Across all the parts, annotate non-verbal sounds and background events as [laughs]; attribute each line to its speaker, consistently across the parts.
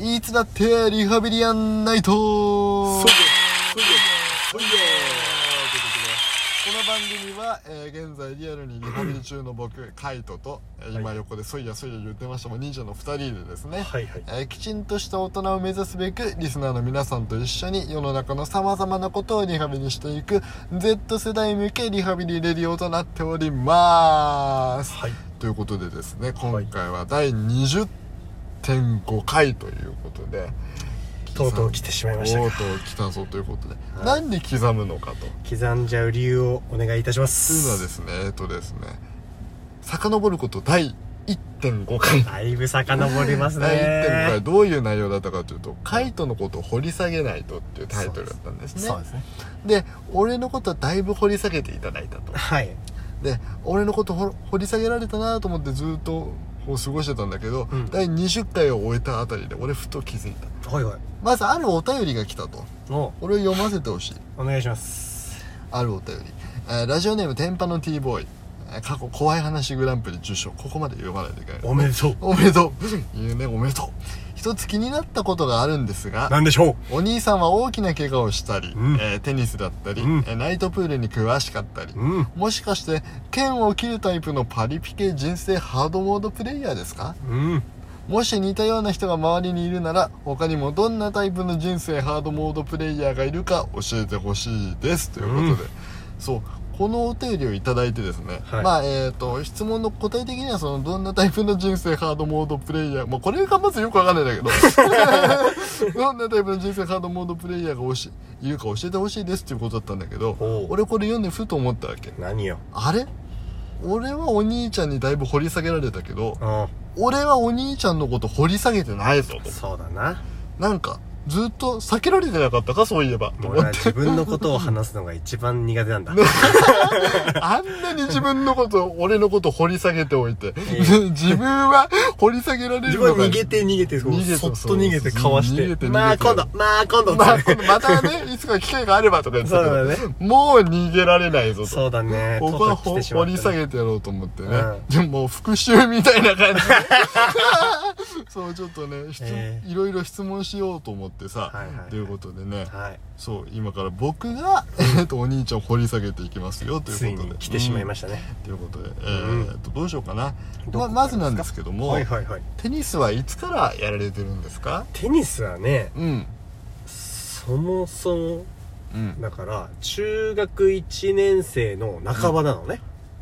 Speaker 1: いつだってリハビリアンナイト
Speaker 2: そ
Speaker 1: そ
Speaker 2: いでそいでそいで
Speaker 1: この番組は、えー現在リアルにリハビリ中の僕カイトと、えー今横で「そいやそいや」言ってましたもん忍者の2人でですね、
Speaker 2: はいはい
Speaker 1: えーきちんとした大人を目指すべくリスナーの皆さんと一緒に世の中のさまざまなことをリハビリしていく Z 世代向けリハビリレディオとなっております、
Speaker 2: はい
Speaker 1: ということでですね
Speaker 2: は
Speaker 1: 今
Speaker 2: い
Speaker 1: 回は第20.5回ということで、
Speaker 2: とうとう来てしまいました
Speaker 1: とう
Speaker 2: か
Speaker 1: とう来たぞということで、
Speaker 2: はい
Speaker 1: なんで刻むのかと
Speaker 2: 刻んじゃう理由をお願いいたしま
Speaker 1: というのはですすねえっとですね遡ること第1.5回
Speaker 2: だいぶ遡りますね
Speaker 1: 第1.5回どういう内容だったかというと「カイトのことを掘り下げないと」っていうタイトルだったんですね
Speaker 2: そうですね
Speaker 1: で俺のことはだいぶ掘り下げていただいたと
Speaker 2: はい
Speaker 1: で俺のこと掘掘り下げられたなと思ってずっとこう過ごしてたんだけど、
Speaker 2: うん
Speaker 1: 第20回を終えたあたりで俺ふと気づいた
Speaker 2: はいはい
Speaker 1: まずあるお便りが来たと
Speaker 2: も
Speaker 1: 俺を読ませてほしいう
Speaker 2: お願いします
Speaker 1: あるお便り、えーラジオネーム天パの T ボーイ、えー過去怖い話グランプリ受賞ここまで読まないといけない
Speaker 2: おめでとう
Speaker 1: おめでとう [laughs] いいねおめでとう一つ気になったことがあるんですが
Speaker 2: なんでしょ
Speaker 1: お兄さんは大きな怪我をしたり、
Speaker 2: うん
Speaker 1: えーテニスだったり、
Speaker 2: うん
Speaker 1: えーナイトプールに詳しかったり、
Speaker 2: ううん
Speaker 1: もしかして剣を切るタイプのパリピ系人生ハードモードプレイヤーですか
Speaker 2: うん
Speaker 1: もし似たような人が周りにいるなら他にもどんなタイプの人生ハードモードプレイヤーがいるか教えてほしいですということで、そうこのお便りをいただいてですね、
Speaker 2: はい
Speaker 1: まあえっ、と質問の答え的にはそのどんなタイプの人生ハードモードプレイヤーもうこれがまずよくわかんないんだけ
Speaker 2: [laughs]
Speaker 1: どどんなタイプの人生ハードモードプレイヤーがおしいるか教えてほしいですっていうことだったんだけど
Speaker 2: おう
Speaker 1: 俺これ読んでふと思ったわけ
Speaker 2: 何よ
Speaker 1: あれ俺はお兄ちゃんにだいぶ掘り下げられたけど、
Speaker 2: うん
Speaker 1: 俺はお兄ちゃんのこと掘り下げてないぞと
Speaker 2: そうだな
Speaker 1: なんかずっと避けられてなかったかそういえばと思
Speaker 2: 俺は
Speaker 1: って
Speaker 2: 自分のことを話すのが一番苦手なんだ
Speaker 1: [laughs] あんなに自分のこと俺のこと掘り下げておいて
Speaker 2: え
Speaker 1: 自分は [laughs] 掘り下げられ
Speaker 2: 自
Speaker 1: る
Speaker 2: 分
Speaker 1: の
Speaker 2: は
Speaker 1: が
Speaker 2: 逃げて逃げてこう
Speaker 1: 逃げて
Speaker 2: そっと逃げて
Speaker 1: そう
Speaker 2: かわし
Speaker 1: 逃げて逃げ
Speaker 2: て
Speaker 1: て
Speaker 2: まあ今度まあ今度
Speaker 1: まあ今度またねいつか機会があればとか言ってたけ
Speaker 2: そう
Speaker 1: ど、
Speaker 2: だね
Speaker 1: もう逃げられないぞと
Speaker 2: そうだね
Speaker 1: ここは
Speaker 2: とうとう来
Speaker 1: ほ
Speaker 2: てしま
Speaker 1: 掘
Speaker 2: ったね
Speaker 1: り下げてやろうと思ってね、
Speaker 2: うん
Speaker 1: でももう復讐みたいな感じ
Speaker 2: [laughs]
Speaker 1: でそうちょっとね、質
Speaker 2: え
Speaker 1: いろいろ質問しようと思ってさ、
Speaker 2: はいはいはい
Speaker 1: ということでね、
Speaker 2: はい
Speaker 1: そう今から僕が、えっとお兄ちゃんを掘り下げていきますよと
Speaker 2: つい
Speaker 1: いうことで
Speaker 2: に来てしまいま
Speaker 1: し
Speaker 2: したね、
Speaker 1: た、うんということで、え
Speaker 2: う
Speaker 1: ー
Speaker 2: ん
Speaker 1: っとどうしようかな
Speaker 2: どこ
Speaker 1: ま
Speaker 2: から
Speaker 1: まずなんですけども、
Speaker 2: はいはいはい
Speaker 1: テニスはいつからやられてるんですか
Speaker 2: テニスはね
Speaker 1: うん
Speaker 2: そもそも
Speaker 1: うん
Speaker 2: だから中学1年生の半ばなのね、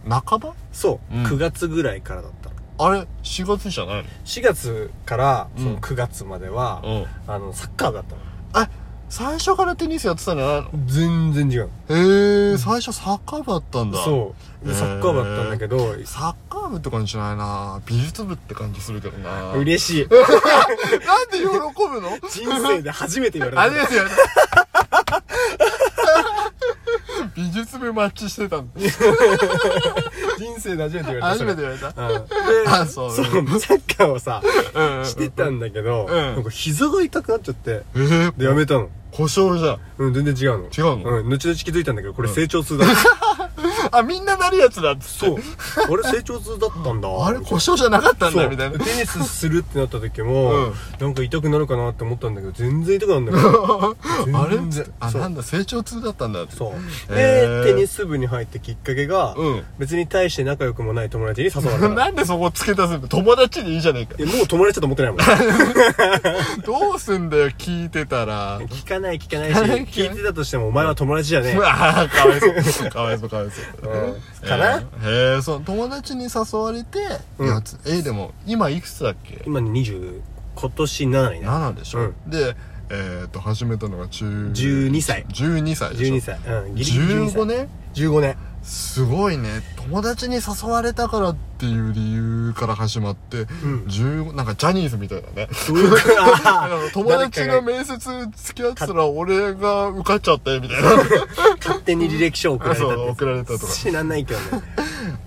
Speaker 1: 半ば
Speaker 2: そう、
Speaker 1: うん
Speaker 2: 9月ぐらいからだった
Speaker 1: あれ4月じゃない
Speaker 2: 4月から
Speaker 1: うん
Speaker 2: その9月までは、
Speaker 1: のうん
Speaker 2: あのサッカーだったの
Speaker 1: あ最初からテニスやってたんじゃないの
Speaker 2: 全然違う
Speaker 1: へえ最初サッカー部だったんだ
Speaker 2: そう
Speaker 1: へ
Speaker 2: で
Speaker 1: ー
Speaker 2: サッカー部だったんだけど
Speaker 1: サッカー部って感じじゃないな美術部って感じするけどななんで
Speaker 2: 嬉
Speaker 1: [laughs]
Speaker 2: しい
Speaker 1: 喜ぶの
Speaker 2: 人生で初めて言われた
Speaker 1: あれですよね。美術部マッチしてたんで
Speaker 2: 人生で初めて言われた
Speaker 1: 初
Speaker 2: そ
Speaker 1: め
Speaker 2: れ
Speaker 1: て言われた。
Speaker 2: うんで
Speaker 1: あそう
Speaker 2: そうサッカーをさ
Speaker 1: うんうん
Speaker 2: してたんだけ
Speaker 1: う
Speaker 2: ど、
Speaker 1: ん
Speaker 2: なんか膝が痛くなっちゃって
Speaker 1: えー、
Speaker 2: でやめたの
Speaker 1: 故障じゃん。
Speaker 2: うん全然違うの
Speaker 1: 違うの
Speaker 2: うん後々気づいたんだけどこれ成長
Speaker 1: [laughs]
Speaker 2: 痛だ、った
Speaker 1: あ、みんななるやつだっつって。
Speaker 2: そうあれ成長痛だったんだ
Speaker 1: あれ故障じゃなかったん
Speaker 2: そ
Speaker 1: だ
Speaker 2: う
Speaker 1: みたいな。
Speaker 2: テニスするってなった時も、
Speaker 1: うん
Speaker 2: なんか痛くなるかなって思ったんだけど全然痛くなんだよ
Speaker 1: [laughs] あれ
Speaker 2: 全然
Speaker 1: あ、
Speaker 2: そう
Speaker 1: なんだ、成長痛だったんだって。
Speaker 2: そう
Speaker 1: へー
Speaker 2: でテニス部に入ったきっかけが、
Speaker 1: うん
Speaker 2: 別に大して仲良くもない友達に誘われた
Speaker 1: [laughs]
Speaker 2: から
Speaker 1: なんでそこ付け足すんだ友達でいいじゃねえか。
Speaker 2: いやもう友達だと思っ
Speaker 1: [laughs]
Speaker 2: てないもん聞
Speaker 1: どうすんだよ、聞いてたら。
Speaker 2: かない聞かない
Speaker 1: 聞かない
Speaker 2: し聞いてたとしてもお前は友達じゃねえ
Speaker 1: うわあ、かわいそう。かわいそう、かわいそう。
Speaker 2: うんかな
Speaker 1: えーへえ、そう、友達に誘われて、
Speaker 2: うん
Speaker 1: いやつえーでも、今いくつだっけ
Speaker 2: 今ね20今年7になる
Speaker 1: 7でしょ、
Speaker 2: うん
Speaker 1: でえーっと始めたのが中
Speaker 2: 12歳
Speaker 1: 12歳でしょ
Speaker 2: 12歳うんギリギリ12歳
Speaker 1: 15年
Speaker 2: 15年
Speaker 1: すごいね友達に誘われたからっていう理由から始まって、
Speaker 2: ん
Speaker 1: 15なんかジャニーズみたいだね
Speaker 2: あ
Speaker 1: あの友達
Speaker 2: 誰か
Speaker 1: が
Speaker 2: が
Speaker 1: 面接付き合ってたら俺が受かっちゃってみたいな
Speaker 2: 勝手に履歴書送られたってやつ
Speaker 1: そう送られたとか
Speaker 2: 知らないけどね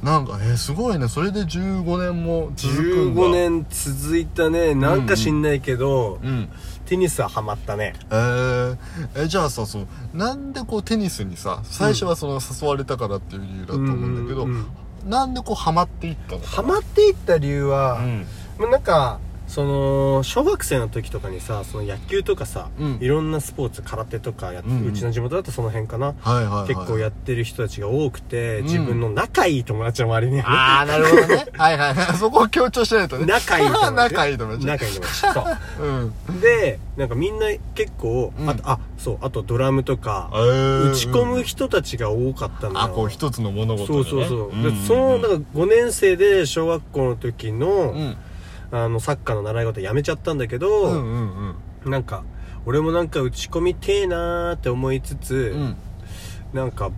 Speaker 1: なんかえーすごいねそれで15年も続くんだ
Speaker 2: 15年続いたねなんか知んないけど、
Speaker 1: うん
Speaker 2: テニスはハマったね
Speaker 1: えー、えじゃあさそのなんでこうテニスにさ最初はその誘われたからっていう理由だと思うんだけど、
Speaker 2: うんうん
Speaker 1: なんでこうハマっていったの
Speaker 2: ハマっていった理由
Speaker 1: う
Speaker 2: は、
Speaker 1: ん
Speaker 2: まあなんかその小学生の時とかにさその野球とかさ、
Speaker 1: うん
Speaker 2: いろんなスポーツ空手とかやって、
Speaker 1: う
Speaker 2: うん
Speaker 1: うん
Speaker 2: ちの地元だとその辺かな、
Speaker 1: はいはいはい
Speaker 2: 結構やってる人たちが多くて、
Speaker 1: ん
Speaker 2: 自分の仲いい友達の周りに、
Speaker 1: ああなるほどね [laughs] はいはいはいそこを強調しないとね
Speaker 2: 仲いい友達
Speaker 1: [laughs] 仲いい友達
Speaker 2: 仲いい友達そう
Speaker 1: うん
Speaker 2: でなんかみんな結構、
Speaker 1: うん
Speaker 2: あとあそうあとドラムとか、
Speaker 1: 打
Speaker 2: 打ち込む人たちが多かったんだよ
Speaker 1: あこう一つの物事で
Speaker 2: そう
Speaker 1: ね
Speaker 2: そうそう、
Speaker 1: んん
Speaker 2: でそのなんか5年生で小学校の時の,、
Speaker 1: うん
Speaker 2: あのサッカーの習い事やめちゃったんだけ
Speaker 1: う
Speaker 2: ど、
Speaker 1: んうんうん
Speaker 2: なんか俺もなんか打ち込みてえなーって思いつつ、
Speaker 1: うん
Speaker 2: なんか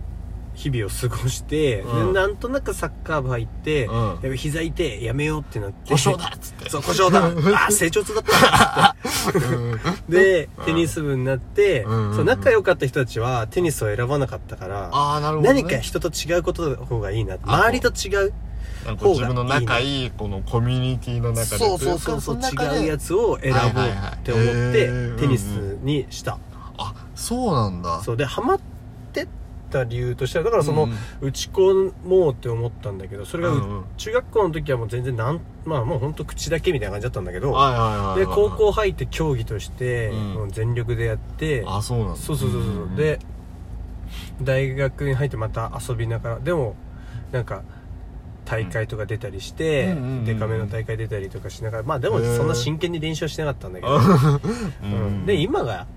Speaker 2: 日々を過ごして、
Speaker 1: うん
Speaker 2: でなんとなくサッカー部入って、
Speaker 1: うん
Speaker 2: やべ膝痛えやめようってなって
Speaker 1: 故障だっつって
Speaker 2: [laughs] そう
Speaker 1: [laughs]
Speaker 2: 故障だあー成長痛だった
Speaker 1: うん
Speaker 2: でテニス部になって、
Speaker 1: うんうんうん
Speaker 2: そう仲良かった人たちはテニスを選ばなかったから、
Speaker 1: ああなるほどね
Speaker 2: 何か人と違うことの方がいいな
Speaker 1: あ
Speaker 2: 周りと違う
Speaker 1: なんかこう自分の仲いいこのコミュニティの中で
Speaker 2: そうそうそうそう
Speaker 1: といかの中
Speaker 2: 違う
Speaker 1: で
Speaker 2: やつを選ぼうって思
Speaker 1: はいはいは
Speaker 2: っ
Speaker 1: いへ
Speaker 2: て
Speaker 1: ー
Speaker 2: テニスにした
Speaker 1: あそうなんだ
Speaker 2: そうでハマってった理由としてはだからその、
Speaker 1: うん
Speaker 2: 打ち込もうって思ったんだけどそれが、
Speaker 1: うんうん
Speaker 2: 中学校の時はもう全然なんまあもうほんと口だけみたいな感じだったんだけど
Speaker 1: はいはいはいはい
Speaker 2: で高校入って競技として、
Speaker 1: うん
Speaker 2: もう全力でやって
Speaker 1: あそうなんだ
Speaker 2: そうそうそうそう、
Speaker 1: ん
Speaker 2: で大学に入ってまた遊びながらでもなんか大会とか出たりし
Speaker 1: う
Speaker 2: て、
Speaker 1: んうんうんうん
Speaker 2: デカめの大会出たりとかしながらまあで
Speaker 1: へ
Speaker 2: も
Speaker 1: ー
Speaker 2: そんな真剣に練習はしてなかったんだけど、
Speaker 1: あう
Speaker 2: うん
Speaker 1: ん
Speaker 2: で今が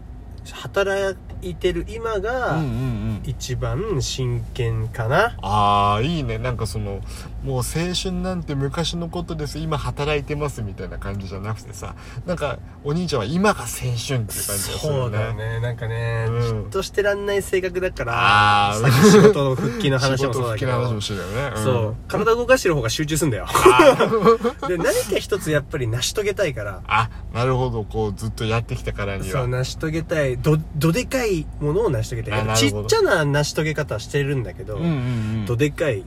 Speaker 2: 働いてる今
Speaker 1: うん
Speaker 2: が
Speaker 1: うんうん
Speaker 2: 一番真剣かな、
Speaker 1: ああいいねなんかそのもう青春なんて昔のことです今働いてますみたいな感じじゃなくてさなんかお兄ちゃんは今が青春っていう感じがするね
Speaker 2: そうだねなんかね、
Speaker 1: うん
Speaker 2: じっとしてらんない性格だから
Speaker 1: あー
Speaker 2: さっき仕事の復帰
Speaker 1: [laughs]
Speaker 2: の
Speaker 1: 仕
Speaker 2: 話も
Speaker 1: 事
Speaker 2: そうだ
Speaker 1: 好
Speaker 2: け
Speaker 1: きな話
Speaker 2: ど
Speaker 1: もしてるよね、ん
Speaker 2: そう体動かしてる方が集中すんだよで何か一つやっぱり成し遂げたいから
Speaker 1: あなるほどこうずっとやってきたからに
Speaker 2: そ
Speaker 1: は
Speaker 2: う成し遂げたいどどでかいものを成し遂げた
Speaker 1: あ
Speaker 2: い
Speaker 1: な
Speaker 2: ち
Speaker 1: るほ
Speaker 2: っ
Speaker 1: ど
Speaker 2: ちゃな成し遂げ方してるんだけど、
Speaker 1: うんうんうん
Speaker 2: どでかい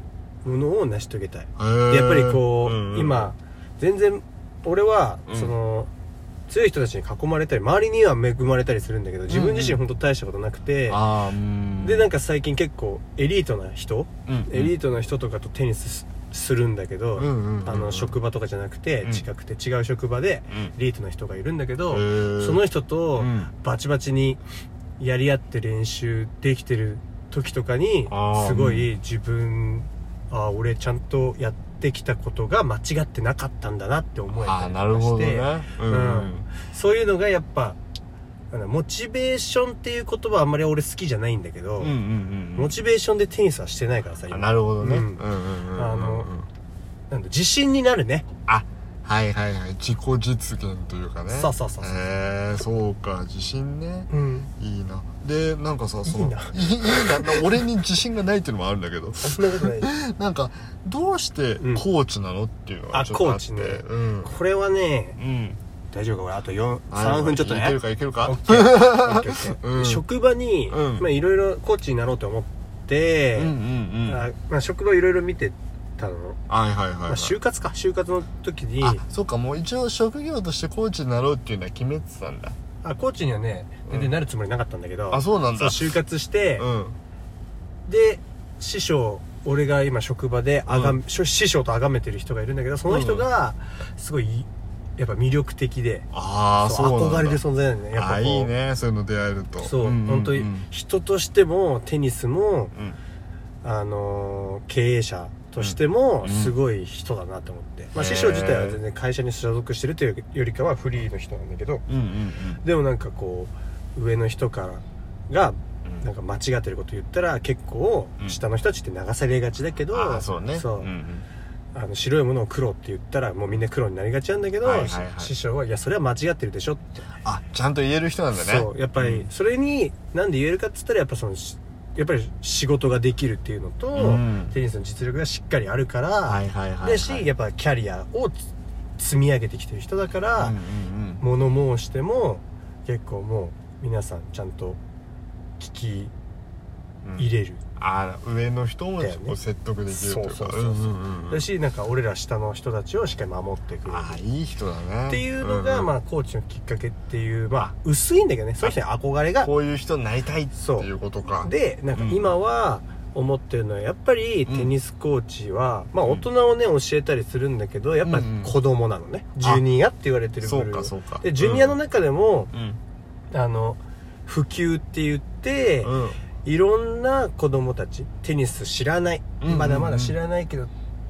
Speaker 2: ものを成し遂げたい
Speaker 1: へー
Speaker 2: でやっぱりこう、
Speaker 1: んん
Speaker 2: 今全然俺は、
Speaker 1: うん
Speaker 2: その強い人たちに囲まれたり周りには恵まれたりするんだけど自分自身
Speaker 1: うん
Speaker 2: 本当大したことなくて、
Speaker 1: ああうん
Speaker 2: でなん
Speaker 1: か、
Speaker 2: か最近結構エリートな人、
Speaker 1: うん
Speaker 2: エリートな人とかとテニスすするんだけど、
Speaker 1: うんうんうん
Speaker 2: あの職場とかじゃなくて
Speaker 1: うん
Speaker 2: 近くて違う職場で
Speaker 1: うん
Speaker 2: エリートな人がいるんだけ
Speaker 1: へ
Speaker 2: ど、
Speaker 1: ー
Speaker 2: その人と
Speaker 1: うん
Speaker 2: バチバチにやり合って練習できてる時とかに
Speaker 1: あー
Speaker 2: すごい自分ああ俺ちゃんとやってきたことが間違ってなかったんだなって思え
Speaker 1: あ
Speaker 2: た
Speaker 1: あ
Speaker 2: り
Speaker 1: なる
Speaker 2: とか
Speaker 1: ほど
Speaker 2: して、
Speaker 1: ねうん、
Speaker 2: うんそういうのがやっぱなんだモチベーションっていう言葉はあんまり俺好きじゃないんだけど、
Speaker 1: うんうんうん
Speaker 2: モチベーションでテニスはしてないからさ
Speaker 1: あ
Speaker 2: 今
Speaker 1: なるほどね、
Speaker 2: う
Speaker 1: うんんうんうんうん
Speaker 2: あのなんだ自信になるね
Speaker 1: あはいはいはい自己実現というかね
Speaker 2: そうそうそうそう
Speaker 1: へえそうか自信ね
Speaker 2: うん
Speaker 1: いいなでなんかさそ
Speaker 2: いい
Speaker 1: の
Speaker 2: ない
Speaker 1: いいなな俺に自信がないっていうのもあるんだけど
Speaker 2: そんなことない
Speaker 1: なんかどうして
Speaker 2: うん
Speaker 1: コーチなのっていうのがちょっとあって
Speaker 2: あコーチね
Speaker 1: うん
Speaker 2: これはね
Speaker 1: うん
Speaker 2: 大丈夫か俺あと4
Speaker 1: あ
Speaker 2: 3分ちょっとね
Speaker 1: いけるかいけるか
Speaker 2: オッケーオッケーオッケー
Speaker 1: うん
Speaker 2: 職場に、
Speaker 1: うん
Speaker 2: まあいろいろコーチになろうと思っ
Speaker 1: う
Speaker 2: て、
Speaker 1: んうんうんは
Speaker 2: あ
Speaker 1: い
Speaker 2: まあ、職場いろいろ見てたの、
Speaker 1: はいはいはい、
Speaker 2: まあ、就活か就活の時に
Speaker 1: あ
Speaker 2: あ
Speaker 1: そうかもう一応職業としてコーチになろうっていうのは決めてたんだ
Speaker 2: コーチにはね全然なるつもりなかったんだけど、
Speaker 1: あそうなんだ
Speaker 2: そう就活して
Speaker 1: う、ん
Speaker 2: で師匠俺が今職場であが、
Speaker 1: うん
Speaker 2: 師匠と崇めてる人がいるんだけどその人がすごいやっぱ魅力的で、
Speaker 1: ああそ
Speaker 2: そ
Speaker 1: ううなんだ
Speaker 2: 憧れる存在なんだねやっぱ
Speaker 1: あ
Speaker 2: こ
Speaker 1: あ
Speaker 2: う
Speaker 1: いいねそういうの出会えると
Speaker 2: そう,、
Speaker 1: んんん
Speaker 2: 本当に人としてもテニスも、
Speaker 1: うん
Speaker 2: あのー経営者として
Speaker 1: う
Speaker 2: も
Speaker 1: ん
Speaker 2: すごい人だなと思って、まあ、
Speaker 1: へー
Speaker 2: 師匠自体は全然会社に所属してるというよりかはフリーの人なんだけど
Speaker 1: うんうん
Speaker 2: でもなんかこう上の人からが
Speaker 1: うん
Speaker 2: なんか間違ってること言ったら結構
Speaker 1: うん
Speaker 2: 下の人たちって流されがちだけど、
Speaker 1: ああそうね
Speaker 2: そう
Speaker 1: うん
Speaker 2: あの白いものを黒って言ったらもうみんな黒になりがちなんだけど、
Speaker 1: はいはいはい
Speaker 2: 師匠はいやそれは間違ってるでしょって
Speaker 1: あちゃんと言える人なんだね
Speaker 2: そうやっぱりそれになんで言えるかっつったらやっぱそのしやっぱり仕事ができるっていうのと、
Speaker 1: うん
Speaker 2: テニスの実力がしっかりあるから、
Speaker 1: はいはいはいはい
Speaker 2: だしやっぱキャリアをつ積み上げてきてる人だから、
Speaker 1: うんうん
Speaker 2: 物申しても結構もう皆さんちゃんと聞き
Speaker 1: うんうん
Speaker 2: 入れる、
Speaker 1: ああ上の人も
Speaker 2: だよね
Speaker 1: こう説得できるという
Speaker 2: そ
Speaker 1: か
Speaker 2: うそうそうそうん
Speaker 1: んん
Speaker 2: だしなんか俺ら下の人たちをしっかり守ってくれる
Speaker 1: ああいい人だね
Speaker 2: っていうのが、
Speaker 1: んん
Speaker 2: まあコーチのきっかけっていうまあ薄いんだけどねそういう人に憧れが
Speaker 1: こういう人になりたいって
Speaker 2: そう
Speaker 1: いうことか
Speaker 2: でなんか今は、思ってるのはやっぱりテニスコーチは、まあ大人をね教えたりするんだけどやっぱ子供なのね、
Speaker 1: ん
Speaker 2: ジュニアって言われてる
Speaker 1: そ
Speaker 2: 部
Speaker 1: う
Speaker 2: 類
Speaker 1: かそうか
Speaker 2: でジュニアの中でも、
Speaker 1: うん
Speaker 2: あの普及って言って、
Speaker 1: うん、
Speaker 2: いろんな子供たちテニス知らない、
Speaker 1: うんうんうん
Speaker 2: まだまだ知らないけど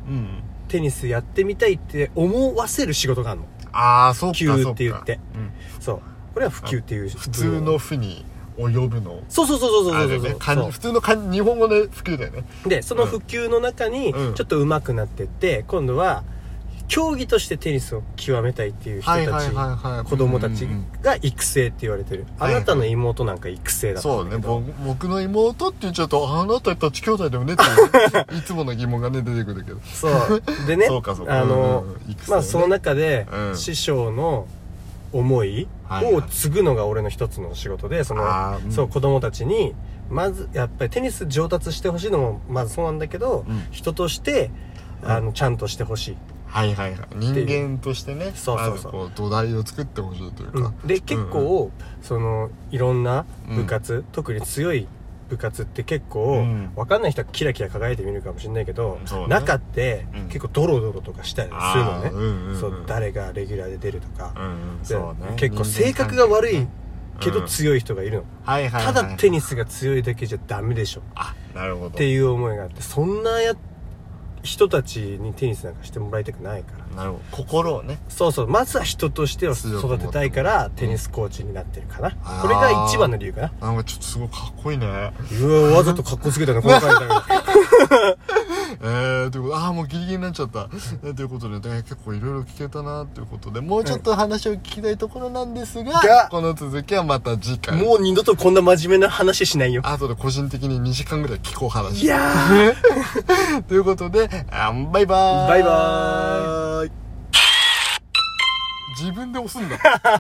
Speaker 1: うん、
Speaker 2: テニスやってみたいって思わせる仕事があるの
Speaker 1: ああそうか
Speaker 2: 普及
Speaker 1: そうか
Speaker 2: って言って
Speaker 1: うん
Speaker 2: そうこれは普及っていう
Speaker 1: 普通の「ふ」にを呼ぶの
Speaker 2: そうそうそうそう
Speaker 1: あ
Speaker 2: そ
Speaker 1: れ
Speaker 2: うそう
Speaker 1: ね
Speaker 2: そう
Speaker 1: 漢字普通の漢字日本語で普及だよね
Speaker 2: でその普及の中にち
Speaker 1: う
Speaker 2: ょ
Speaker 1: ん
Speaker 2: っと上手くなってって、今度は競技としてテニスを極めたいっていう人たち、
Speaker 1: は
Speaker 2: 子供たち
Speaker 1: うんうんうん
Speaker 2: が育成って言われてる、
Speaker 1: はいはい
Speaker 2: あなたの妹なんか育成だった
Speaker 1: そうんね
Speaker 2: だけど
Speaker 1: ぼ僕の妹って言っちゃうとあなたたち兄弟だよねっていうい
Speaker 2: [laughs]
Speaker 1: つもの疑問がね出てくるけど
Speaker 2: そうでね
Speaker 1: そうかそうか
Speaker 2: あの、
Speaker 1: うんうんうん育成ね
Speaker 2: まあその中で、
Speaker 1: うん
Speaker 2: 師匠の思い
Speaker 1: はいは
Speaker 2: を
Speaker 1: い
Speaker 2: 継ぐのが俺の一つの仕事でその、
Speaker 1: あーうん
Speaker 2: そう子供たちにまずやっぱりテニス上達してほしいのもまずそうなんだけど、
Speaker 1: うん
Speaker 2: 人としてあのちゃんとしてほしい、
Speaker 1: はいはいはい人間としてね
Speaker 2: そうそうそう
Speaker 1: まずこう土台を作ってほしいというか、
Speaker 2: で結構、そのいろんな部活、特に強い部活って結構、
Speaker 1: うん
Speaker 2: わかんない人はキラキラ輝いて見るかもしれないけど、
Speaker 1: そうね
Speaker 2: 中って、
Speaker 1: うん
Speaker 2: 結構ドロドロとかしたりするのね
Speaker 1: あー、うんうんうん
Speaker 2: そう誰がレギュラーで出るとか、
Speaker 1: うんうん
Speaker 2: で
Speaker 1: そうね
Speaker 2: 結構性格が悪いけど
Speaker 1: うん
Speaker 2: 強い人がいるの、
Speaker 1: はいはいは
Speaker 2: た
Speaker 1: い、
Speaker 2: だテニスが強いだけじゃダメでしょっ
Speaker 1: あなるほどって
Speaker 2: いう思いがあってそんなや人たちにテニスなんかしてもらいたくないから
Speaker 1: なるほど心をね
Speaker 2: そうそうまずは人としては育てたいからテニスコーチになってるかな、これが一番の理由かな
Speaker 1: なんかちょっとすごいかっこいいね [laughs]
Speaker 2: うわわざとかっこつけたのこの回のために
Speaker 1: えー、ということああもうギリギリになっちゃった、 [laughs] えーということで、ね、結構いろいろ聞けたなということでもうちょっと話を聞きたいところなんですが、
Speaker 2: が
Speaker 1: この続きはまた次回
Speaker 2: もう二度とこんな真面目な話しないよ
Speaker 1: あとで個人的に2時間ぐらい聞こう話
Speaker 2: いやー
Speaker 1: ということであーバイバーイ
Speaker 2: バイバーイ
Speaker 1: 自分で押すんだ